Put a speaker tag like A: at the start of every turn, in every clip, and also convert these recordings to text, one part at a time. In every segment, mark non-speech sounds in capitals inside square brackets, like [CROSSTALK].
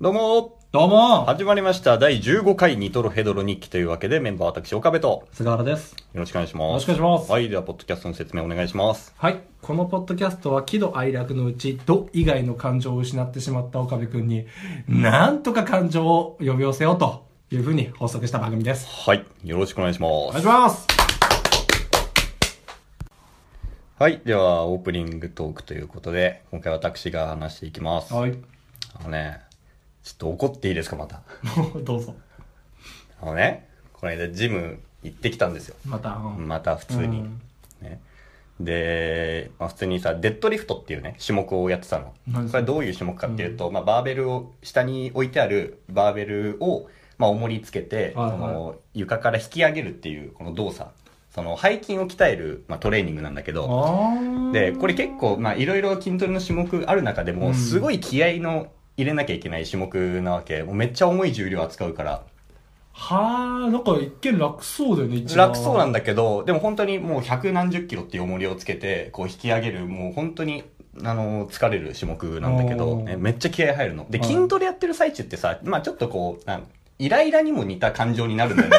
A: どうも
B: どうも
A: 始まりました第15回ニトロヘドロ日記というわけでメンバーは私岡部とよ
B: 菅原です。
A: ろしくお願いし
B: よ
A: ま
B: ろし
A: す
B: くお願いします。
A: はいではポッドキャストの説明お願いします
B: はい。このポッドキャストは喜怒哀楽のうち、怒以外の感情を失ってしまった岡部くんに、なんとか感情を呼び寄せようというふうに発足した番組です。
A: はいよろしくお願いしま
B: お願い
A: す
B: します
A: はいではオープニングトークということで今回私が話していきますあ
B: はい。 [LAUGHS]
A: のねちょっと怒っていいですかまた
B: どうぞ。
A: あのねこの間ジム行ってきたんですよ
B: また、うん
A: また普通に、
B: うん
A: ね、で、まあ、普通にさデッドリフトっていうね種目をやってたの
B: 何
A: こ
B: そ
A: れ
B: れ
A: どういう種目かっていうと、まあ、バーベルを下に置いてあるバーベルを、まあ、重りつけて、
B: はいは
A: そ
B: い
A: の床から引き上げるっていうこの動作その背筋を鍛える、まあ、トレーニングなんだけど
B: あー
A: でこれ結構まあいろいろ筋トレの種目ある中でも、
B: うん
A: すごい気合いの入れなきゃいけない種目なわけもうめっちゃ重い重量扱うから
B: はあ、なんか一見楽そうだよね、一番。
A: 楽そうなんだけど、でも本当にもう百何十キロっていう重りをつけて、こう引き上げる、もう本当に、あの、疲れる種目なんだけど、
B: おー
A: ねめっちゃ気合入るの。で、
B: はい。
A: 筋トレやってる最中ってさ、まあちょっとこう、なんイライラにも似た感情になるんだよね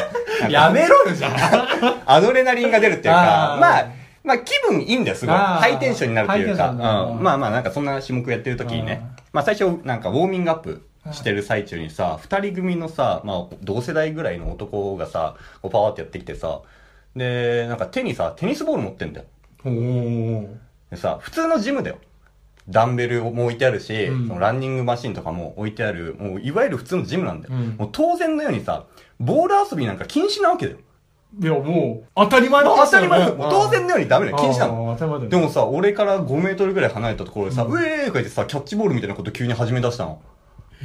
B: [LAUGHS] やめろよ、じゃ
A: [LAUGHS]
B: あ。
A: アドレナリンが出るっていうか
B: あ、ー
A: まあ、まあ気分いいんですごい。
B: あー
A: ハイテンションになるというか、
B: ハ
A: う
B: イ
A: ん
B: テンションになる
A: まあまあなんかそんな種目やってる時にね
B: あ、
A: まあ最初なんかウォーミングアップしてる最中にさ、二人組のさ、まあ同世代ぐらいの男がさ、こうパワーってやってきてさ、で、なんか手にさ、テニスボール持ってんだよ。
B: おー。
A: でさ、普通のジムだよ。ダンベルも置いてあるし、
B: うん
A: そのランニングマシンとかも置いてある、もういわゆる普通のジムなんだよ。
B: うん
A: もう当然のようにさ、ボール遊びなんか禁止なわけだよ。
B: いや、もう、当たり前の
A: 当
B: 話
A: た
B: だ
A: り
B: よ
A: 前
B: ね
A: だよもう当然のようにダメだよ。禁止なの。
B: あー当たり前だよね
A: でもさ、俺から5メートルぐらい離れたところでさ、
B: うん
A: ウェーとか言ってさ、キャッチボールみたいなこと急に始め出したの。
B: え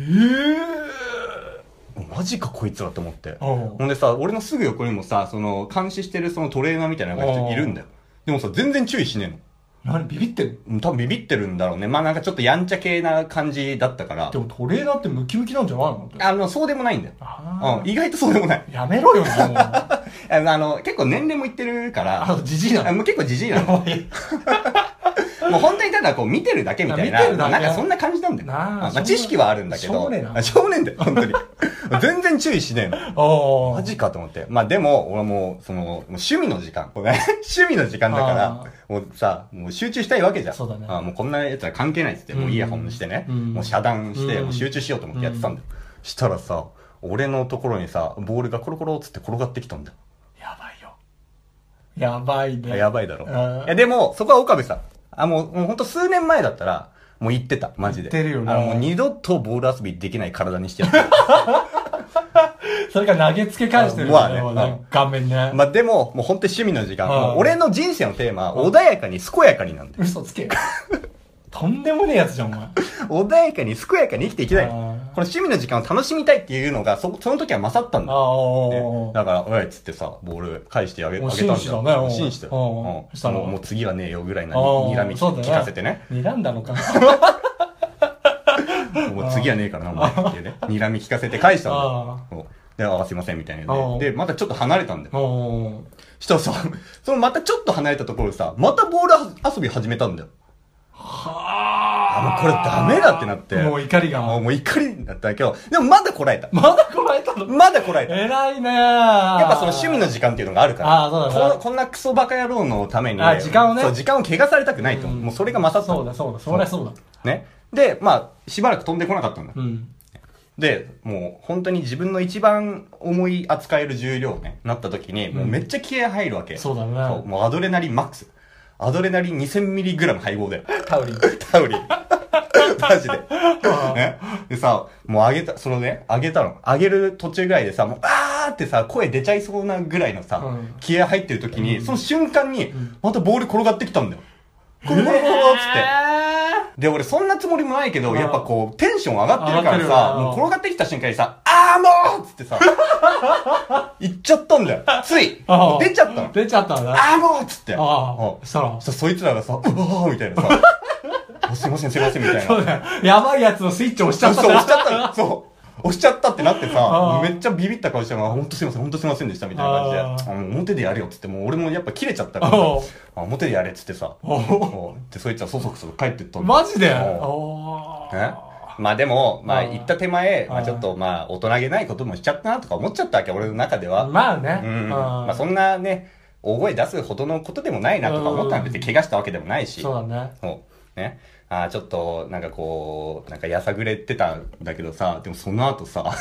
A: マジかこいつらと思って。
B: うん
A: ほんでさ、俺のすぐ横にもさ、その、監視してるそのトレーナーみたいなのがいるんだよ。でもさ、全然注意しねえの。
B: ー、何ビビってんので
A: うん多分ビビってるんだろうね。まあなんかちょっとやんちゃ系な感じだったから。
B: もトレーナーってムキムキなんじゃないの
A: あの、そうでもないんだよ。
B: あ
A: うん、意外とそうでもない。
B: ーやめろよ、
A: [LAUGHS]
B: もう。あ
A: あの、あの結構年齢もいってるから、
B: の、じじいな
A: あ
B: の。
A: もう結構じじいなの。もう本当にただこう見てるだけみたい
B: あ見
A: な。
B: てるだけ
A: なんかそんな感じなんだよ。ま
B: なあしょう
A: あ
B: が
A: 知識はあるんだけど。
B: しょうもねえな
A: あしょうもねえんだよ、本当に。 [LAUGHS] 全然注意しねえの。
B: あ
A: マ
B: あ。
A: ジかと思って。まあでも、俺はもう、その、もう趣味の時間。こ [LAUGHS] れ趣味の時間だから
B: あ、
A: もうさ、もう集中したいわけじゃん。
B: そうだね
A: あもうこんなやつは関係ないっつって、もうイヤホンしてね、
B: うん
A: もう遮断して、
B: うん
A: もう集中しようと思ってやってたんだよ。したらさ、俺のところにさ、ボールがコロコロっつって転がってきたんだよ。
B: やばいよ。やばいね。
A: やばいだろ。
B: あー
A: いや、でも、そこは岡部さん。あ、もう、もうほんと数年前だったら、もう言ってた、マジで。
B: 言ってるよね
A: あの、もう二度とボール遊びできない体にしてや
B: [LAUGHS]
A: る。
B: それから投げつけ返してる
A: あまあね
B: もう顔面ね。
A: まあでも、もう本当に趣味の時間。
B: はい
A: もう俺の人生のテーマ、穏やかに健やかになんだよ。
B: 嘘つけよ。とんでもねえやつじゃん、お
A: [LAUGHS]
B: 前。
A: 穏やかに健やかに生きていきたいの。
B: あー
A: この趣味の時間を楽しみたいっていうのが、そ、その時は勝ったんだよ。ね
B: あ
A: だ
B: あ。
A: から、おいっつってさ、ボール返してあげあげ
B: もう
A: たんだよ。
B: 紳士だねうん
A: 紳士だよ
B: うん
A: うんも
B: そした
A: う
B: ら
A: もう次はねえよぐらいな、
B: あー
A: 睨み
B: そうだ
A: 聞
B: ね
A: かせてね。
B: 睨んだ
A: [LAUGHS]
B: のか。
A: もう次はねえからな、お前っていうね。睨み聞かせて返したんだ
B: あ
A: よ。そうで、ああ、すいません、みたいな
B: う
A: ね。
B: ん
A: で、またちょっと離れたんだよ。
B: おー
A: したらさ、そのまたちょっと離れたところでさ、またボール遊び始めたんだよ。
B: は
A: あもうこれダメだってなって
B: もう怒りが。
A: もうもう怒りだったけど、でもまだこらえた。
B: まだこらえたの
A: まだこらえた。
B: 偉いねや
A: やっぱその趣味の時間っていうのがあるから。
B: あーそうだ
A: こ
B: ね
A: のこんなクソバカ野郎のために。
B: あ時間をね
A: そう、時間を汚されたくないと。
B: うん
A: もうそれが勝ったの
B: そうだそうだ、そりゃそうだ。
A: ね。で、まあ、しばらく飛んでこなかったんだ。
B: うん。
A: で、もう本当に自分の一番重い扱える重量ね、なった時に、もうめっちゃ気合入るわけ。
B: そうだね
A: そうもうアドレナリンマックス。アドレナリン 2000mg 配合だよ。 [LAUGHS]
B: タオリン。
A: タウリン。 [LAUGHS] マジで。ね。でさ、もうあげた、そのね、あげたの。あげる途中ぐらいでさ、もう、あーってさ、声出ちゃいそうなぐらいのさ、
B: うん
A: 気合入ってる時に、その瞬間に、またボール転がってきたんだよ。コロコロコロコロっつって。で、俺そんなつもりもないけど、
B: うん
A: やっぱこう、テンション上がってるから
B: 上がって
A: さ、
B: るよ
A: もう転がってきた瞬間にさ、あーもうっつって [LAUGHS] さ、行っちゃったんだよ。つい。もう出ちゃったの。
B: 出ちゃったんだ。
A: あーもうっつって。
B: あ
A: うん
B: あ。そしたら。
A: そそいつらがさ、うわーみたいなさ、あすいません、すいません、みたいな。
B: そうだよ。やばいやつのスイッチ押しちゃっ。
A: そう、押したちゃったの。そう。押しちゃったってなってさ
B: あ、ー
A: めっちゃビビった顔して、あ本当すいません、本当すいませんでした、みたいな感じで、あもう表でやれよっつって、もう俺もやっぱ切れちゃったからさ
B: おう、
A: あ表でやれっつってさ、
B: おう
A: そうで、そいつはそそくそと帰ってったんだ
B: マジで
A: うん
B: おー
A: えまあでも、まあ
B: うん
A: 言った手前、ま
B: う
A: あ
B: ん
A: ちょっとまあ大人げないこともしちゃったなとか思っちゃったわけ、俺の中では。
B: まあね。
A: うん。
B: う
A: まあそんなね、大声出すほどのことでもないなとか思ったら別に怪我したわけでもないし。
B: そうだね。
A: そう。ね。ああ、ちょっと、なんかこう、なんかやさぐれてたんだけどさ、でもその後さ、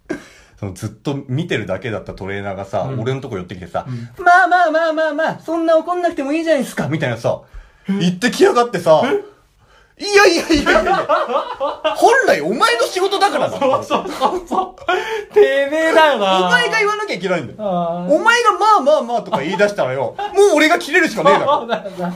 A: [LAUGHS] そのずっと見てるだけだったトレーナーがさ、
B: うん
A: 俺のとこ寄ってきてさ、まあまあまあまあまあ、そんな怒んなくてもいいじゃないですか、みたいなさ、言ってきやがってさ、いやいやいやいやいや本来お前の仕事だからだ
B: そうそうそうそう。てめえだよな。
A: お前が言わなきゃいけないんだよ。
B: あー
A: お前がまあまあまあとか言い出したらよ、もう俺が切れるしかねえだ
B: そ
A: ろ。
B: うだよな。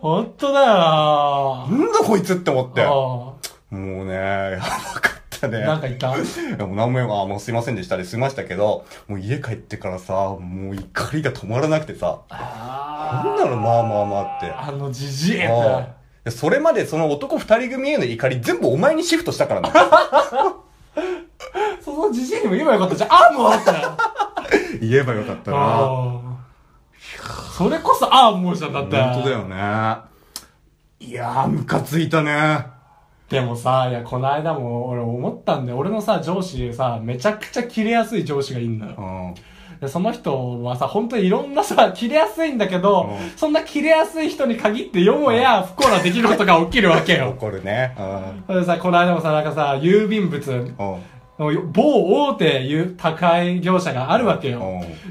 B: ほんとだよな。
A: なんだこいつって思って。
B: あ
A: もうね、やばかったね。
B: ーなんか言った
A: いやもう何も言わんあもうすいませんでしたで済みましたけど、もう家帰ってからさ、もう怒りが止まらなくてさ、
B: あ
A: なんなのまあまあまあって。
B: あのじじい
A: あ
B: や
A: あそれまでその男二人組への怒り全部お前にシフトした
B: [LAUGHS]
A: からな。
B: つ。そのじじいにも言えばよかったじゃん。あーもうあったよ。
A: 言えばよかったな。
B: あーそれこそあーもうじゃんだっ
A: 本
B: て。
A: 当だよね。いやー、ムカついたね。
B: でもさ、いや、この間も俺思ったんで、俺のさ、上司でさ、めちゃくちゃ切れやすい上司がいるんだよ
A: う。ん。
B: で、その人はさ、本当にいろんなさ、切れやすいんだけど、
A: うん
B: そんな切れやすい人に限って、よもや不幸な出来事が起きるわけ
A: [LAUGHS]
B: よ。
A: 怒るね。うん。
B: それでさ、この間もさ、なんかさ、郵便物、
A: うん。
B: 某大手いう宅配業者があるわけよ。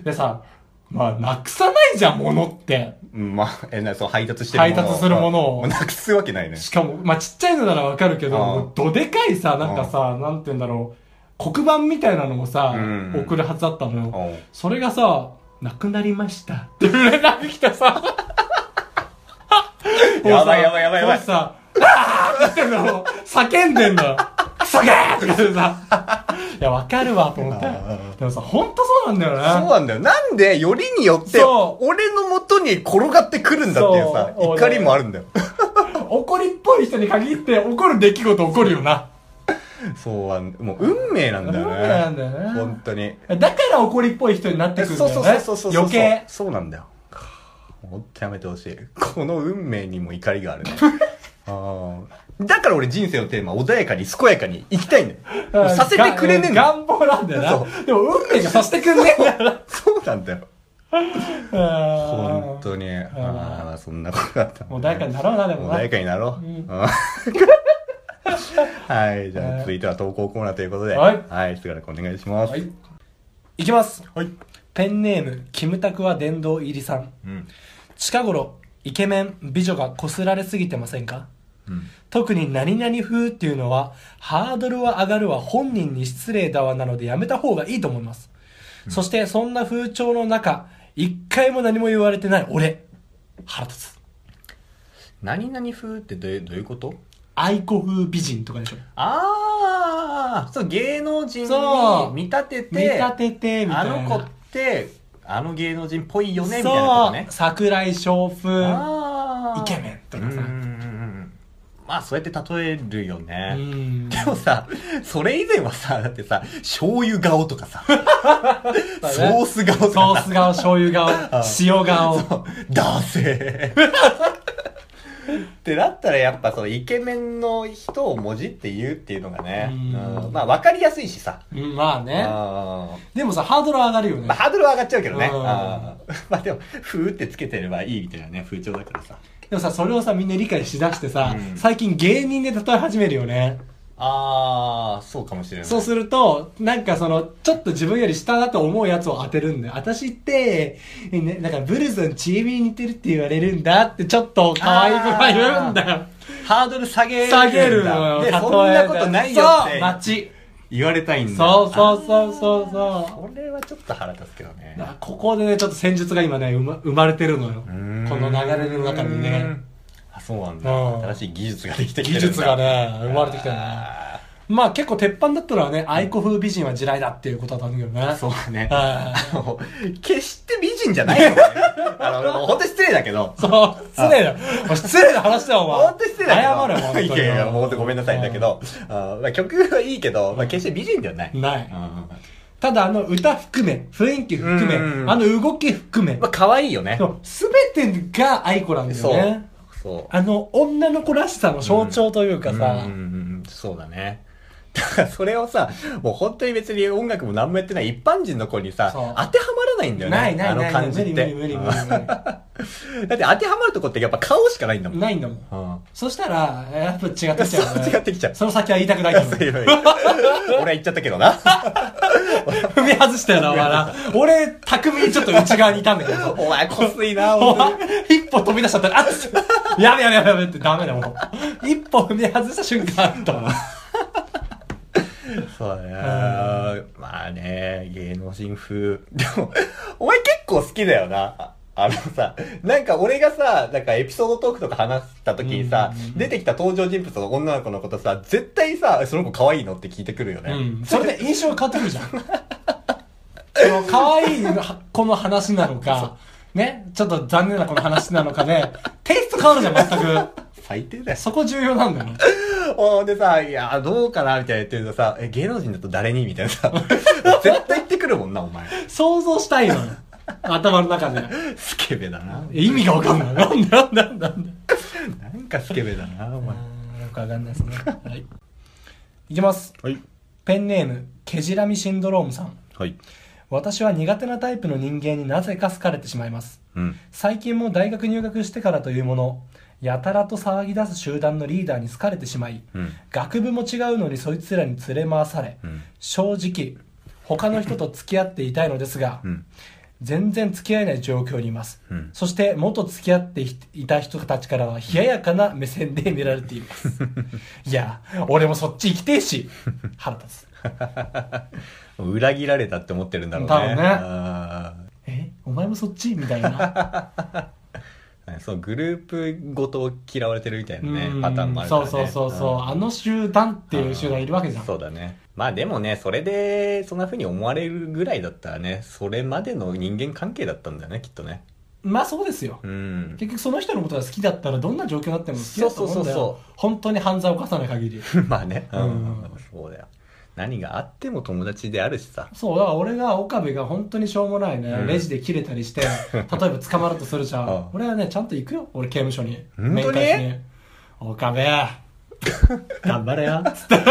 B: でさ、まあ、なくさないじゃん、物って。
A: うん。まあ、え、な、そう、配達してるものを
B: 配達するものを
A: うんなくすわけないね。
B: しかも、まあ、ちっちゃいのならわかるけど、
A: うん
B: もうどでかいさ、なんかさ、なんて言うんだろう、黒板みたいなのもさ、
A: うん
B: 送るはずだったのよ。
A: うん。
B: それがさ、なくなりました
A: [LAUGHS]
B: って連絡来たさ。
A: やばいやばいやばいやばい
B: もうさ、あーって言ってんのもう叫んでんのよ。クソゲーって言ってさ。いや、わかるわと思って
A: あー。
B: でもさ、ほんとそうなんだよね。
A: そうなんだよ。なんで、よりによって、
B: そう
A: 俺の元に転がってくるんだっていうさ、
B: そう
A: 怒りもあるんだよ。
B: 怒りっぽい人に限って怒る出来事起こるよな。
A: そうなんもう運命なんだよね。
B: 運命なんだよね
A: 本当に。
B: だから怒りっぽい人になってくるんだ
A: そう
B: よ
A: そう
B: ね。
A: そうそうそう。
B: 余計。。
A: そうなんだよ。ほんとやめてほしい。この運命にも怒りが
B: [LAUGHS]
A: あるね。あーだから俺人生のテーマ、穏やかに健やかに生きたいんだよ。させてくれねえんだよ。
B: 願望なんだよ
A: そ
B: な。でも運命がさせてくんねえんだよな。
A: そうなんだよ。
B: [LAUGHS] 本
A: 本当に。あー
B: あー
A: まあ、そんなことだった。
B: 穏やかになろうな、でもな。
A: 穏やかになろう。
B: うん
A: うん [LAUGHS] はい、じゃあ続いては投稿コーナーということで。
B: はい
A: はい、菅原君お願いします。
B: は。い。いきます。
A: はい。
B: ペンネーム、キムタクは殿堂入りさん。
A: うん。
B: 近頃、イケメン、美女がこすられすぎてませんか
A: うん。
B: 特に何々風っていうのは、ハードルは上がるわ、本人に失礼だわなのでやめた方がいいと思います。そして、そんな風潮の中、一回も何も言われてない俺、腹立つ。
A: 何々風ってどういうどういうこと
B: 愛子風美人とかでしょ。
A: ああ、そう、芸能人
B: そう
A: に見立てて、
B: 見立てて、みた
A: あ
B: いな。
A: の子って、あの芸能人っぽいよね、みたいなこと
B: そう
A: ね、。
B: 桜井翔風、
A: ああ。
B: イケメンとか
A: う
B: さ
A: んうんうんまあ、そうやって例えるよね。
B: うん
A: でもさ、それ以前はさ、だってさ、醤油顔とか
B: [LAUGHS]
A: さ、
B: だね
A: ソース顔と
B: ソ
A: か
B: ー
A: さ、
B: ス顔、醤油顔、塩顔。
A: 男性ってなったらやっぱそのイケメンの人をもじって言うっていうのがね、
B: うん
A: うんまあ分かりやすいしさ、
B: うん、まあね。
A: う
B: でもさ、ハードル上がるよね
A: んまあ、。ハードルは上がっちゃうけどね、
B: うん
A: うん [LAUGHS] まあでも「ふー」ってつけてればいいみたいなね風潮だからさ
B: でもさ、それをさ、みんな理解しだしてさ、
A: うん
B: 最近芸人で例え始めるよね。
A: ああそうかもしれない
B: そうすると、なんかその、ちょっと自分より下だと思うやつを当てるんだよ。私って、ね、なんかブルゾンチエビに似てるって言われるんだって、ちょっと可愛い子が言うんだよ。
A: ハードル下げるんだ
B: 下げるのよ。
A: で
B: 例え
A: そんなことないよっ
B: そう、
A: て
B: 街。
A: 言われたいんだ
B: そうそうそうそうそう。
A: これはちょっと腹立つけどね
B: だからここでね、ちょっと戦術が今ね、生ま生まれてるのよ。こ
A: うーん
B: の流れの中にね。
A: あそうなんだ、
B: うん
A: 新しい技術ができてきて
B: 技
A: るんだ
B: 術が
A: [LAUGHS]
B: ね、生まれてきたよね。
A: あ
B: まあ結構鉄板だったのはね、愛子風美人は地雷だっていうことだったんだけどね。
A: ーそうだね
B: あ
A: あ
B: ー
A: の決して美人じゃない
B: [LAUGHS]
A: よ、ね、あの本当に失礼だけど
B: そう、 [LAUGHS] 失礼だ。おい失礼な話だよ、お前。
A: 本当に失礼だけど
B: 謝れ、本当に。
A: いやいやもう本当ごめんなさいだけ。どあーまあ曲はいいけど、まあ、決して美人ではない、うん
B: ない。
A: ま
B: ただ、あの、歌含め、雰囲気含め
A: う、ん
B: あの動き含め
A: あ、可愛いよね
B: そうすべてが愛子なんだよ
A: そう
B: ね。
A: そう
B: あの、女の子らしさの象徴というかさ
A: うんうんうん、そうだね。 [LAUGHS] だからそれをさ、もう本当に別に音楽も何もやってない一般人の子にさ、
B: そ
A: 当
B: う
A: てはまらないんだよね。
B: ないないな
A: あ
B: い
A: の
B: ない
A: 感じ
B: 無
A: っ
B: 理
A: て。
B: 無理無理無理無
A: だって当てはまるとこってやっぱ顔しかないんだも [LAUGHS] ん。
B: 理ないんだもん
A: うん。
B: そしたらやっぱ違ってきちゃう
A: そう、違ってきちゃう。
B: その先は言いたくないけど
A: 俺
B: [LAUGHS]
A: は言っちゃったけどな。
B: 踏み外したよなお前な俺匠にちょっと内側にいたんだけど
A: お前こすいな、
B: お
A: 本当に
B: 前一歩飛び出しちゃったらあっつやべやべやべやべってダメだもう一歩踏み外した瞬間あったもん
A: そうだね。まあね、芸能人風。でも、お前結構好きだよな。ああのさ、なんか俺がさ、なんかエピソードトークとか話した時にさ、出てきた登場人物の女の子のことさ、絶対さ、その子可愛いのって聞いてくるよね。
B: うん、それで印象変わってくるじゃん。その可愛いはこの話なのか、ね、ちょっと残念なこの話なのかで、テイスト変わるじゃん、全
A: 最低だ
B: く。
A: よ。
B: そこ重要なんだよね。
A: ほんでさ、いや、どうかなみたいな言ってるとさ、え、芸能人だと誰にみたいなさ、絶対言ってくるもんな、お前。
B: 想像したいのよ。頭の中で。
A: スケベだな。
B: え意味がわかんない。なんだなんだなんだ。
A: なんかスケベだな、お
B: う
A: 前。
B: ーんよくわかんないですね。はい。いきます。
A: はい。
B: ペンネーム、ケジラミシンドロームさん。
A: はい。
B: 私は苦手なタイプの人間になぜか好かれてしまいます。
A: うん。
B: 最近も大学入学してからというものやたらと騒ぎ出す集団のリーダーに好かれてしまい、
A: うん
B: 学部も違うのにそいつらに連れ回され、
A: うん
B: 正直他の人と付き合っていたいのですが、
A: うん。
B: 全然付き合えない状況にいます、
A: うん
B: そして元付き合っていた人たちからは冷ややかな目線で見られています
A: [LAUGHS]
B: いや俺もそっち行きてえし腹立つ
A: 裏切られたって思ってるんだろうね。
B: 多分ね
A: あ
B: えお前もそっちみたいな
A: ーそう、グループごと嫌われてるみたいな [LAUGHS] ね
B: う、ん
A: パターンもあるから、ね。
B: そうそうそうそうんあの集団っていう集団いるわけじゃん
A: そうだね。まあでもね、それで、そんな風に思われるぐらいだったらね、それまでの人間関係だったんだよね、きっとね。
B: まあそうですよ
A: うん。 [LAUGHS]
B: 結局その人のことが好きだったらどんな状況になっても好きだと思うんだ
A: そうそ
B: よ
A: うそうそ
B: 本当に犯罪を犯さない限り
A: まあね、うん、
B: うん
A: そうだよ。何があっても友達であるしさ。
B: そうだから俺が岡部が本当にしょうもないね、
A: うん
B: レジで切れたりして
A: [LAUGHS]
B: 例えば捕まるとするじゃん、
A: うん
B: 俺はねちゃんと行くよ俺刑務所に
A: 本当に
B: しに岡部頑張れよ [LAUGHS] つって
A: で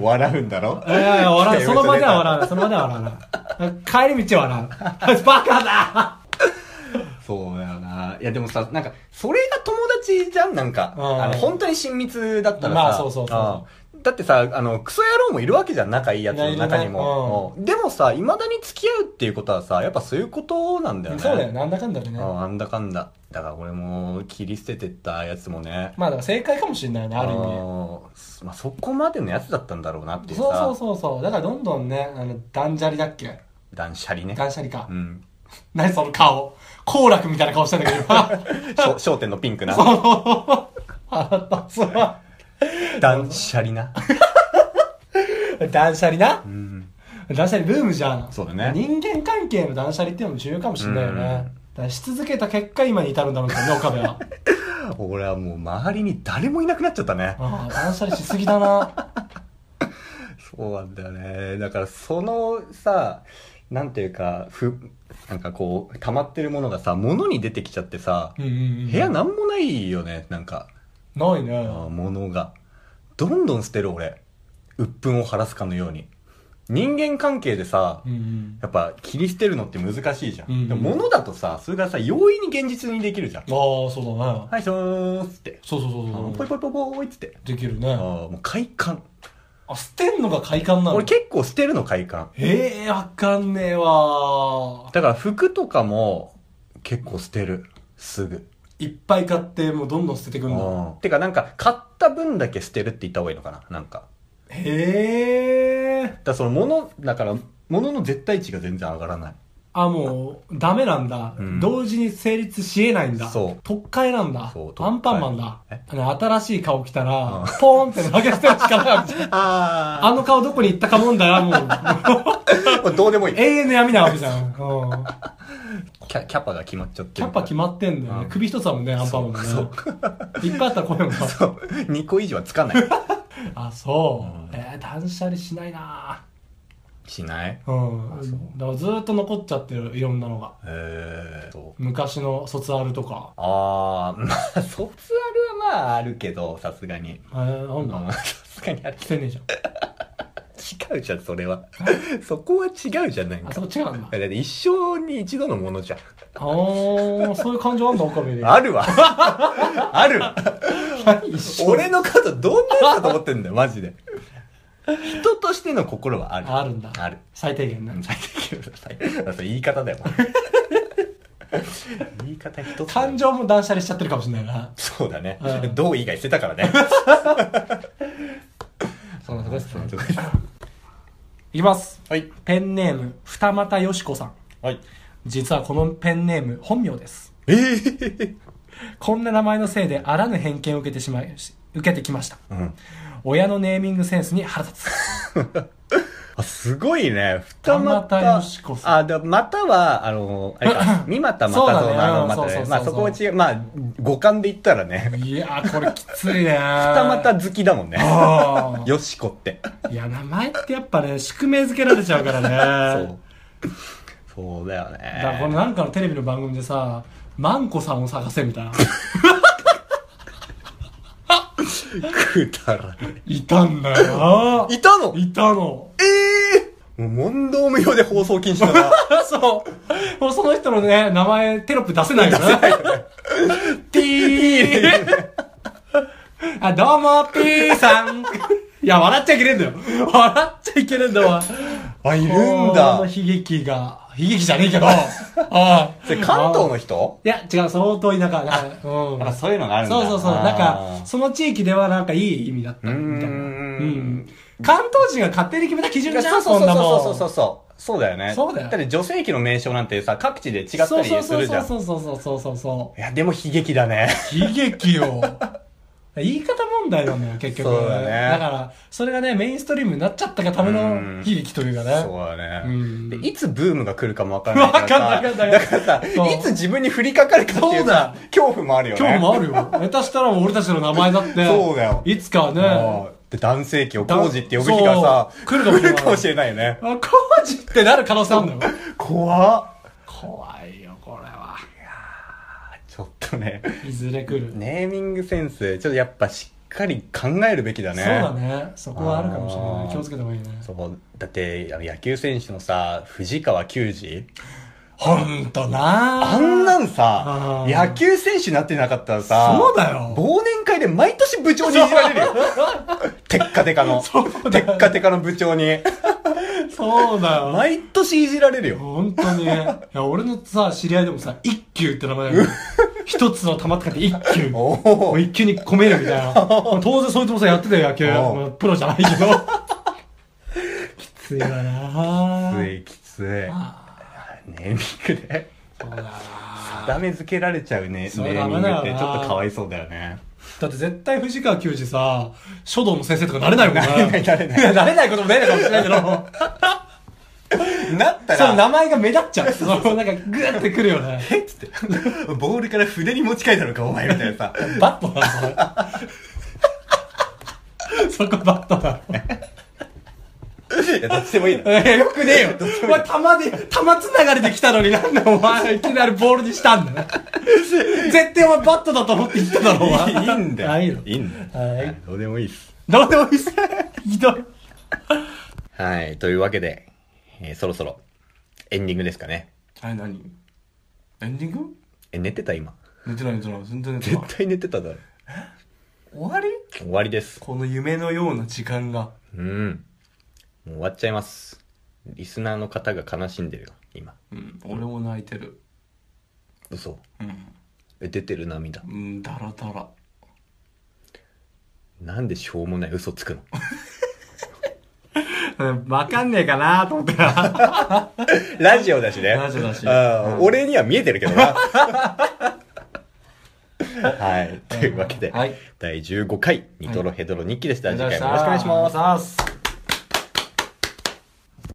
A: 笑うんだろ
B: いやいや [LAUGHS] 笑うその場では笑わないその場では笑う帰り道は
A: [LAUGHS]
B: 笑うバカだ
A: そうだよな。いやでもさ、なんか、それが友達じゃん、なんか。
B: うん
A: あの、本当に親密だったらさ。
B: まあそうそうそう
A: うんだってさ、あの、クソ野郎もいるわけじゃん、仲いいやつの中に
B: いやいるね
A: も。うんでもさ、未だに付き合うっていうことはさ、やっぱそういうことなんだよね。
B: そうだよなんだかんだでね
A: うんなんだかんだ。だから俺も、切り捨ててったやつもね。
B: まあだから正解かもしれないねある意味
A: 味。まあそこまでのやつだったんだろうなっていうさ。
B: そうそうそうそうだからどんどんねあの断捨離だっけ
A: 断捨離ね。
B: 断捨離か [LAUGHS]
A: うん。
B: 何その顔好楽みたいな顔してんだけど [LAUGHS]
A: 焦点のピンクな。
B: 腹立つわ
A: 断捨離な。
B: 断捨離な
A: うん。
B: 断捨離ブームじゃん
A: そうだね
B: 人間関係の断捨離っていうのも重要かもしれないよね
A: うん
B: だからし続けた結果今に至るんだろうけどね岡部は
A: 俺はもう周りに誰もいなくなっちゃったね。
B: ああ断捨離しすぎだな
A: そうなんだよね。だからそのさ、なんていうか、ふ、なんかこう、溜まってるものがさ、物に出てきちゃってさ、
B: うんうんうん
A: 部屋なんもないよね、なんか、
B: ない
A: あ
B: ね
A: ー物が。どんどん捨てる俺。鬱憤を晴らすかのように。人間関係でさ
B: う、ん
A: やっぱ切り捨てるのって難しいじゃん。
B: うん
A: でも物だとさ、それがさ、容易に現実にできるじゃん。
B: うんああそうだね
A: はい、そうーっつって。
B: そうそうそう
A: あ
B: そ
A: ー
B: う
A: ぽいぽいぽいぽいっつって。
B: できる
A: ああ
B: ね、
A: もう快感。
B: あ捨てんのが快感な
A: [LAUGHS]
B: の
A: 俺結構捨てるの快感。
B: ええわかんねえわ
A: だから服とかも結構捨てる。すぐ。
B: いっぱい買ってもうどんどん捨ててくんだ
A: うんてかなんか買った分だけ捨てるって言った方がいいのかななんか。
B: へえ
A: だからその物、だから物の絶対値が全然上がらない。
B: あもうダメなんだ、
A: うん
B: 同時に成立しえないんだ
A: そう
B: 特会なんだ
A: そう特会
B: アンパンマンだ
A: え
B: あの新しい顔来た
A: う
B: ら、
A: ん
B: ポーンって投げ捨てる力があるじゃんあ
A: あ
B: の顔どこに行ったかもんだよもう
A: あ。これどうでもいい。
B: 永遠の闇なわけじゃん、うん、
A: キャキャパが決まっちゃって
B: キ
A: る。
B: ャッパ決まってんだよね、
A: うん
B: 首一つだもんねアンパンマンもね
A: そう
B: いっぱいあったら声も
A: そう。2個以上はつかない。
B: あそう、
A: うん
B: えー断捨離しないな
A: しない
B: うん
A: あそう
B: だからずーっと残っちゃってるいろんなのが
A: えーと。
B: 昔の卒アルとか
A: あー、まあ、卒アルはまああるけど、さすがに。
B: えー、あんだ
A: うんさすがにある
B: 来てねえじゃん
A: 違うじゃん、それは。そこは違うじゃん、なん
B: あ
A: か。
B: そこ違うんだ
A: だって一生に一度のものじゃん。
B: あーそういう感情あんだ岡部で
A: あるわ。 [LAUGHS] ある。
B: 一緒
A: 俺のことどんなやつだと思ってんだよ、マジで。人としての心はある。
B: あるんだ
A: ある。
B: 最低限な
A: 最低限だ最それ言い方だよ。言い方一つだよ
B: 感情も断捨離しちゃってるかもしれないな
A: そうだね
B: う。ん
A: どう以外してたからね。
B: [LAUGHS] そんなとこです
A: そういうとこ
B: いきます
A: はい。
B: ペンネーム二俣よしこさん
A: はい。
B: 実はこのペンネーム本名です
A: ええ
B: こんな名前のせいであらぬ偏見を受けてしまいし受けてきました
A: うん。
B: 親のネーミングセンスに腹立つ
A: あ、すごいね。二
B: 二股よしこさん
A: あ、だまたは、あの、あれ
B: [LAUGHS]
A: か、三股又
B: そうだ
A: 蔵
B: ね
A: のあの、ま
B: そう
A: た
B: そうそう
A: ね。
B: そう
A: まあそこは違う。まあ、五感で言ったらね、
B: いやーこれきついね
A: 二股
B: 二
A: 好きだもん
B: [LAUGHS]
A: ね。
B: あ
A: よしこって。
B: あいや名前ってやっぱね宿命づけられちゃうからね
A: そう。そうだよね。
B: だからこのなんかのテレビの番組でさマンコさんを探せみたいな
A: くだらね
B: いたんだよない
A: たの
B: いたの [LAUGHS]
A: ええもう問答無用で放送禁止だ
B: [LAUGHS]
A: な。
B: そうもうその人のね名前テロップ出せないよなティーあどうもピーさんいや笑っちゃいけねえんだよ笑っちゃいけねえんだわ
A: あ、い
B: い
A: るんだ
B: 悲。劇が悲劇じゃねえ
A: [LAUGHS]
B: けどあ
A: それ関東の人
B: いや違う相当田舎なうん
A: なんかそういうのがあるんだ。
B: そうそうそう。なん
A: あ
B: か、
A: ー
B: その地域ではなんかいい意味だったみたいうな。う
A: ーん
B: ん。関東人が勝手に決めた基準じゃん、
A: そ
B: そ
A: うん
B: なもん。
A: そうそうそうそうそう。そうだよね。
B: そうだよ
A: だって女性器の名称なんてさ、各地で違った
B: そう
A: りするじゃん。い
B: そうそうそうそうそうそ
A: や、でも悲劇だね。
B: う。悲劇よ。言い方問題なのよ、結局。
A: そうだね
B: から、それがね、メインストリームになっちゃったがための
A: うん
B: 悲劇というかね。
A: そうだ
B: う
A: ね
B: ん。
A: で、いつブームが来るかもわかんないからさ。
B: わかんないわ
A: だ
B: かん
A: か
B: ない
A: らさ、
B: そう
A: いつ自分に降りかかるかってい
B: そう
A: う
B: だ
A: さ、恐怖もあるよね。
B: 今日もあるよ。下手したらもう俺たちの名前だって。
A: そうだよ
B: いつかは
A: あ
B: ね。
A: ーで、男性器を工事って呼ぶ日がさ
B: そう、来るかもしれない
A: ないよね。
B: あ、工事ってなる可能性あるんだよ。
A: 怖っ。
B: 怖いよ、これは。
A: ちょっとね、
B: いずれ来る。
A: ネーミングセンス、ちょっとやっぱしっかり考えるべきだね。
B: そうだ。ねそこはあるかもしれな
A: あ
B: い
A: ー
B: 気をつけた方がいいね
A: そう、だって、あの野球選手のさ、藤川球児
B: ほんとな
A: あんなん
B: あ
A: さ、
B: ー
A: 野球選手になってなかったらさ、
B: そうだよ
A: 忘年会で毎年部長にいじられる
B: [LAUGHS]
A: よ。テッカテカの。
B: そうだ
A: テ
B: よ
A: ッカテカの部長に。
B: [LAUGHS] そうだよ
A: 毎年いじられるよ。
B: ほんとにいや俺のさ知り合いでもさ一級って名前
A: [LAUGHS]
B: だよ一つの球使って一級も
A: おお
B: う。一級に込めるみたいな当然そいつもさやってたよ野球
A: おう
B: まあプロじゃないけど [LAUGHS] きついわな
A: きついきつい。ネ
B: あ
A: ーミングで。
B: ーそうだな
A: ダメ付けられちゃうね、
B: それ
A: ネ
B: ダ
A: ーミ
B: メ
A: ング
B: だよな
A: ってちょっとかわいそうだよね。
B: だって絶対藤川球児さ書道の先生とかなれないもんな
A: なれないなれない
B: やなれないこともないのかもしれない [LAUGHS] けど
A: なった
B: その
A: ら、
B: 名前が目立っちゃう。そのなんかグーってくるよね。
A: えっつって、ボールから筆に持ち替えたのか、お前みたいな
B: [LAUGHS]
A: さ。
B: バットなのそれ。そこバットなの。
A: いやどっちでもいいな。
B: えよくねえよ。お前、玉で、玉つながりで来たのになんでお前、いきなりボールにしたんだよ。絶対お前バットだと思って言っただろ、お前。
A: いいんだ
B: [LAUGHS] あ
A: よ。
B: い
A: いい
B: いの
A: んだよ。
B: はい
A: どうでもいいっす。
B: どうでもいいっす。ひどい。
A: はい、というわけで、えーそろそろ、エンディングですかね。
B: あれ何エンディング
A: え、寝てた今。
B: 寝てない寝てない。全然寝
A: 絶対寝てただろ。
B: 終わり
A: 終わりです。
B: この夢のような時間が。
A: うん。もう終わっちゃいます。リスナーの方が悲しんでるよ、今。
B: うん、俺も泣いてる。
A: 嘘。
B: うん。
A: え出てる涙。
B: うん、だらだ [LAUGHS] ら。
A: なんでしょうもない嘘つ
B: [LAUGHS]
A: くの
B: わかんねえかなと思った [LAUGHS] ら。
A: ラジオだしね。
B: ラジオだし
A: うん
B: うん
A: 俺には見えてるけど
B: [LAUGHS]
A: な。はい。というわけで、
B: はい
A: 第15回、ニトロヘドロ日記でした。
B: あり
A: 次
B: がとうございま
A: 回
B: した
A: もよろしくお願いします。
B: ありがとうございます。